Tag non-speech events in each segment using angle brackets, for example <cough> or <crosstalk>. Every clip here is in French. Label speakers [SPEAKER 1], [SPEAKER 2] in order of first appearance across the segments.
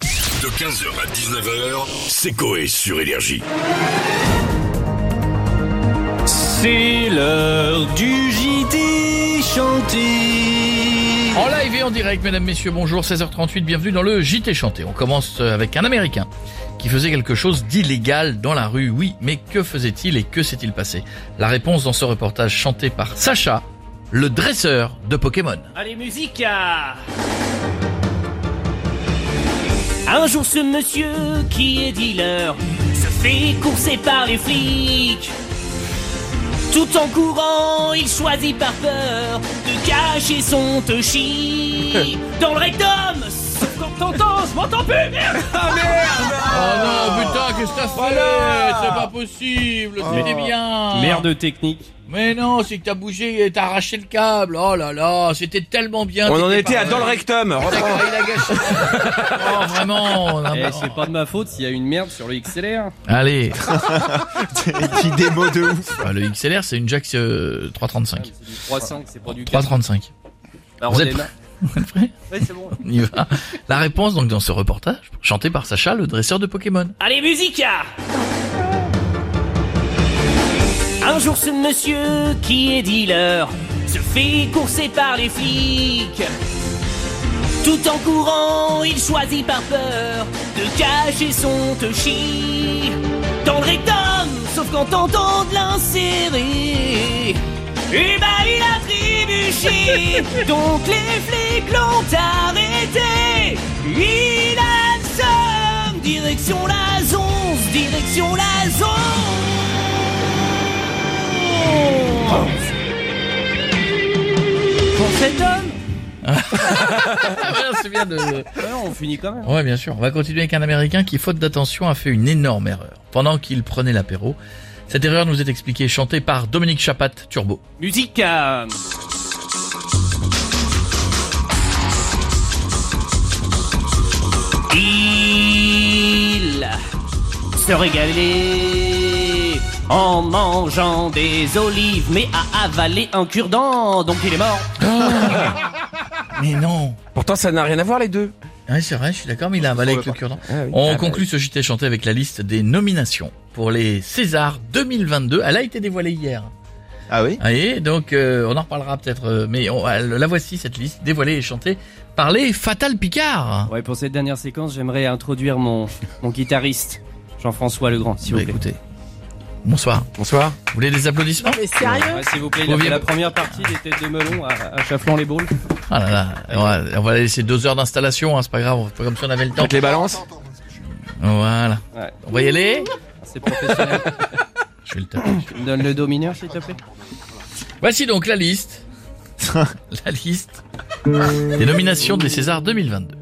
[SPEAKER 1] De 15h à 19h, c'est Coé sur Énergie.
[SPEAKER 2] C'est l'heure du JT chanté.
[SPEAKER 3] En live et en direct, mesdames, messieurs, bonjour, 16h38, bienvenue dans le JT Chanté. On commence euh, avec un Américain qui faisait quelque chose d'illégal dans la rue, oui, mais que faisait-il et que s'est-il passé La réponse dans ce reportage chanté par Sacha, le dresseur de Pokémon.
[SPEAKER 4] Allez, musique ah. Un jour, ce monsieur qui est dealer se fait courser par les flics. Tout en courant, il choisit par peur de cacher son toshi dans le rectum. Sauf quand t'entends, je m'entends plus, merde
[SPEAKER 3] Oh non, putain, qu'est-ce que t'as fait C'est pas possible, c'était bien
[SPEAKER 5] Merde technique.
[SPEAKER 3] Mais non, c'est que t'as bougé et t'as arraché le câble. Oh là là, c'était tellement bien.
[SPEAKER 5] On
[SPEAKER 3] t'étais
[SPEAKER 5] en
[SPEAKER 3] pas-
[SPEAKER 5] était à dans le rectum.
[SPEAKER 3] Ah, il a <laughs> gâché. oh, vraiment. on a-
[SPEAKER 5] Eh, c'est pas de ma faute s'il y a une merde sur le XLR.
[SPEAKER 3] Allez.
[SPEAKER 6] <laughs> Qui démo de ouf.
[SPEAKER 3] Bah, le XLR, c'est une Jax euh, 335.
[SPEAKER 5] C'est du 3.5, c'est pas du 4.
[SPEAKER 3] 335.
[SPEAKER 5] Alors,
[SPEAKER 3] Vous
[SPEAKER 5] on
[SPEAKER 3] êtes
[SPEAKER 5] est
[SPEAKER 3] prêts
[SPEAKER 5] là. <laughs>
[SPEAKER 4] Ouais, c'est bon.
[SPEAKER 3] On y va. La réponse, donc, dans ce reportage, chanté par Sacha, le dresseur de Pokémon.
[SPEAKER 4] Allez, musique ah. Un jour, ce monsieur qui est dealer se fait courser par les flics. Tout en courant, il choisit par peur de cacher son toshi dans le rectum, sauf quand tentant de l'insérer. Et bah il a trébuché, donc les flics l'ont arrêté. Il a le seum, direction la zone, direction la zone. Pour cet homme,
[SPEAKER 3] Ah, ouais, c'est bien de...
[SPEAKER 5] Ouais, on finit quand même.
[SPEAKER 3] Ouais, bien sûr. On va continuer avec un Américain qui, faute d'attention, a fait une énorme erreur. Pendant qu'il prenait l'apéro, cette erreur nous est expliquée et chantée par Dominique Chapat Turbo.
[SPEAKER 4] Musique à... Il se régalait en mangeant des olives, mais a avalé un cure-dent, donc il est mort.
[SPEAKER 3] Mais non.
[SPEAKER 5] Pourtant, ça n'a rien à voir les deux. Ah
[SPEAKER 3] Ouais, c'est vrai, je suis d'accord, mais il a avalé avec le cure
[SPEAKER 5] bah
[SPEAKER 3] On conclut ce JT chanté avec la liste des nominations pour les Césars 2022. Elle a été dévoilée hier.
[SPEAKER 6] Ah oui
[SPEAKER 3] Allez, donc euh, on en reparlera peut-être, euh, mais on- elle- la voici cette liste dévoilée et chantée par les Fatal Picard.
[SPEAKER 5] Ouais, pour cette dernière séquence, j'aimerais introduire mon, mon guitariste, Jean-François Legrand, s'il vous plaît.
[SPEAKER 3] Bah, écoutez. Bonsoir.
[SPEAKER 6] Bonsoir.
[SPEAKER 3] Vous voulez des applaudissements
[SPEAKER 5] Ouais, s'il vous plaît, il a
[SPEAKER 3] Vous
[SPEAKER 5] fait la
[SPEAKER 3] vivez-
[SPEAKER 5] première partie des têtes de melon à, à Chaflan-les-Baules.
[SPEAKER 3] Ah là là, on va, on va laisser deux heures d'installation, hein, c'est pas grave, on fait pas comme si on avait le temps.
[SPEAKER 6] Avec les balances
[SPEAKER 3] Voilà.
[SPEAKER 5] Ouais.
[SPEAKER 3] On va y aller
[SPEAKER 5] C'est professionnel.
[SPEAKER 3] Je vais le taper.
[SPEAKER 5] Tu me donnes le do mineur, s'il te plaît.
[SPEAKER 3] Voici donc la
[SPEAKER 4] <laughs>
[SPEAKER 3] liste. la liste des nominations des Césars 2022.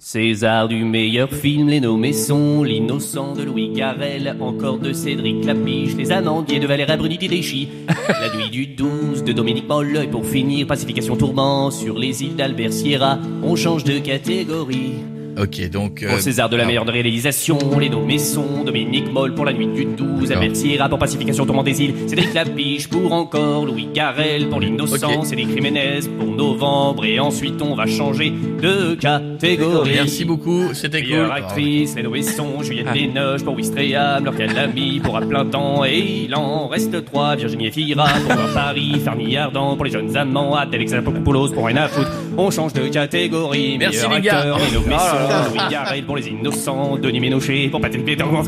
[SPEAKER 4] César du meilleur film, les nommés sont L'innocent de Louis Garel, encore de Cédric Clapiche, Les Anandiers de Valérie Bruni
[SPEAKER 5] <laughs>
[SPEAKER 4] Ricci, La nuit du 12 de Dominique Molle, et pour finir Pacification Tourment sur les îles d'Albert Sierra, on change de catégorie.
[SPEAKER 3] Ok, donc... euh,
[SPEAKER 4] Pour César de la
[SPEAKER 3] ah,
[SPEAKER 4] meilleure réalisation, les nommés sont Dominique Moll pour La nuit du 12,
[SPEAKER 3] D'accord.
[SPEAKER 4] Albert Sierra pour Pacification Tourment des îles, Cédric Clapiche pour Encore, Louis Garel pour L'innocent,
[SPEAKER 3] Ok.
[SPEAKER 4] Cédric Jiménez pour Novembre, et ensuite on va changer de catégorie.
[SPEAKER 3] Merci beaucoup, c'était cool.
[SPEAKER 4] Meilleure actrice, les Noesson, Juliette Lénoche pour Wistreham, Laure Calamy pour à plein temps, et il en reste trois, Virginie Efira pour Voir Paris, Fermi Ardant pour les jeunes amants, Abd Alexandropoulos pour Rien à foutre, on change de catégorie,
[SPEAKER 3] Merci,
[SPEAKER 4] Meilleur
[SPEAKER 3] les gars.
[SPEAKER 4] acteur, les
[SPEAKER 3] Oh là
[SPEAKER 4] Noesson, Louis Garrel pour les innocents, Denis Ménochet pour Patrick Péterman,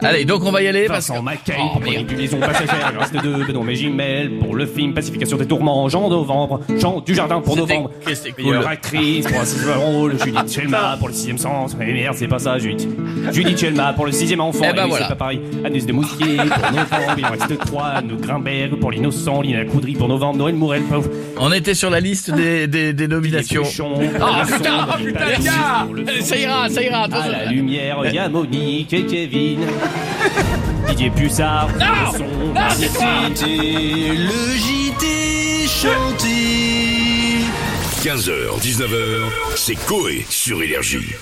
[SPEAKER 3] Allez, donc on va y aller. parce
[SPEAKER 4] Vincent
[SPEAKER 3] que-
[SPEAKER 4] Mackay
[SPEAKER 3] Oh,
[SPEAKER 4] pour
[SPEAKER 3] merde.
[SPEAKER 4] Manipulation passagère, il en reste deux, Benoît Mégimel pour le film Pacification des tourments, Jean Novembre, Jean Dujardin pour
[SPEAKER 3] C'était-
[SPEAKER 4] Novembre,
[SPEAKER 3] C'était Ah. cool.
[SPEAKER 4] Meilleure actrice pour un sixième rôle, Judith Chelma pour le sixième sens. Mais merde, c'est pas ça, Judith. Judith Chelma pour le sixième enfant.
[SPEAKER 3] Eh ben
[SPEAKER 4] oui,
[SPEAKER 3] voilà.
[SPEAKER 4] C'est pas pareil. Agnès de
[SPEAKER 3] <laughs>
[SPEAKER 4] Mousquier pour novembre. Il en reste trois. Anne Grimberg pour l'innocent. Lina Coudry pour novembre. Noël Mourel pour
[SPEAKER 3] On était sur la liste des, des, des nominations. Ah putain, ah, putain, les gars Allez, Ça ira, ça ira.
[SPEAKER 4] À
[SPEAKER 3] attention.
[SPEAKER 4] Ah, la lumière, il y a Monique et
[SPEAKER 3] <laughs>
[SPEAKER 4] Kevin. Didier Pussard. Non
[SPEAKER 3] c'est toi
[SPEAKER 2] Le JT chanté.
[SPEAKER 1] 15h, 19h, c'est Coé sur Énergie.